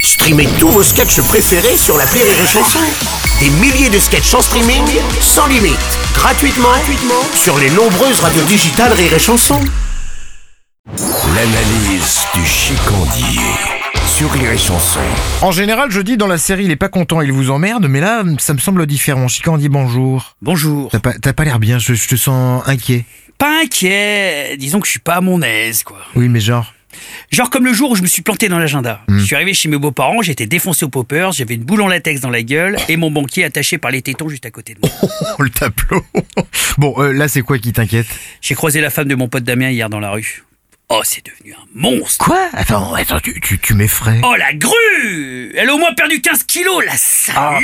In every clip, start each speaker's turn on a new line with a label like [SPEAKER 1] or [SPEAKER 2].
[SPEAKER 1] Streamez tous vos sketchs préférés sur la Rire et Chanson. Des milliers de sketchs en streaming, sans limite, gratuitement, gratuitement sur les nombreuses radios digitales Rire et Chanson. L'analyse du chicandier sur Rire et Chanson.
[SPEAKER 2] En général, je dis dans la série, il est pas content, il vous emmerde, mais là, ça me semble différent. Chican dit bonjour.
[SPEAKER 3] Bonjour.
[SPEAKER 2] T'as pas, t'as pas l'air bien, je, je te sens inquiet.
[SPEAKER 3] Pas inquiet, disons que je suis pas à mon aise, quoi.
[SPEAKER 2] Oui, mais genre.
[SPEAKER 3] Genre comme le jour où je me suis planté dans l'agenda. Je suis arrivé chez mes beaux-parents, j'étais défoncé au poppers, j'avais une boule en latex dans la gueule et mon banquier attaché par les tétons juste à côté de moi.
[SPEAKER 2] Oh, le tableau. Bon, euh, là, c'est quoi qui t'inquiète
[SPEAKER 3] J'ai croisé la femme de mon pote Damien hier dans la rue. Oh, c'est devenu un monstre.
[SPEAKER 2] Quoi Attends, attends, tu, tu, tu m'effraies.
[SPEAKER 3] Oh, la grue Elle a au moins perdu 15 kilos, la salope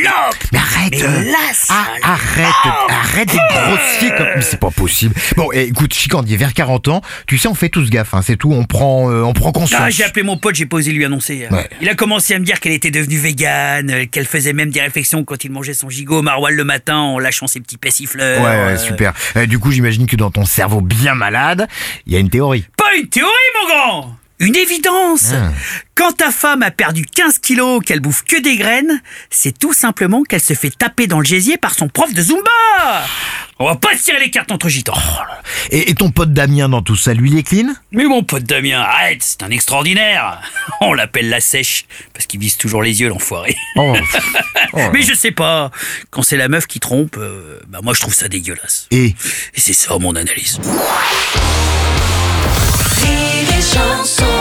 [SPEAKER 2] Mais arrête
[SPEAKER 3] Mais
[SPEAKER 2] euh,
[SPEAKER 3] la
[SPEAKER 2] ah,
[SPEAKER 3] salope
[SPEAKER 2] Arrête Arrête d'être grossier comme... Mais c'est pas possible. Bon, eh, écoute, Chicandier, vers 40 ans, tu sais, on fait tous gaffe, hein, c'est tout, on prend, euh, on prend conscience.
[SPEAKER 3] Ah, j'ai appelé mon pote, j'ai pas osé lui annoncer.
[SPEAKER 2] Ouais.
[SPEAKER 3] Il a commencé à me dire qu'elle était devenue végane, euh, qu'elle faisait même des réflexions quand il mangeait son gigot maroilles le matin en lâchant ses petits
[SPEAKER 2] Ouais,
[SPEAKER 3] persifleurs.
[SPEAKER 2] ouais,
[SPEAKER 3] Euh,
[SPEAKER 2] super. Euh, du coup, j'imagine que dans ton cerveau bien malade, il y a une théorie.
[SPEAKER 3] Pas une théorie, mon grand Une évidence
[SPEAKER 2] Ah.
[SPEAKER 3] Quand ta femme a perdu 15 kilos, qu'elle bouffe que des graines, c'est tout simplement qu'elle se fait taper dans le gésier par son prof de Zumba On va pas se tirer les cartes entre gitans
[SPEAKER 2] Oh Et, et ton pote Damien dans tout ça, lui, il est clean
[SPEAKER 3] Mais mon pote Damien, arrête, c'est un extraordinaire On l'appelle la sèche, parce qu'il vise toujours les yeux, l'enfoiré.
[SPEAKER 2] Oh, pff. Oh là
[SPEAKER 3] Mais
[SPEAKER 2] là.
[SPEAKER 3] je sais pas, quand c'est la meuf qui trompe, euh, bah moi je trouve ça dégueulasse.
[SPEAKER 2] Et
[SPEAKER 3] Et c'est ça mon analyse.
[SPEAKER 4] Rire et chanson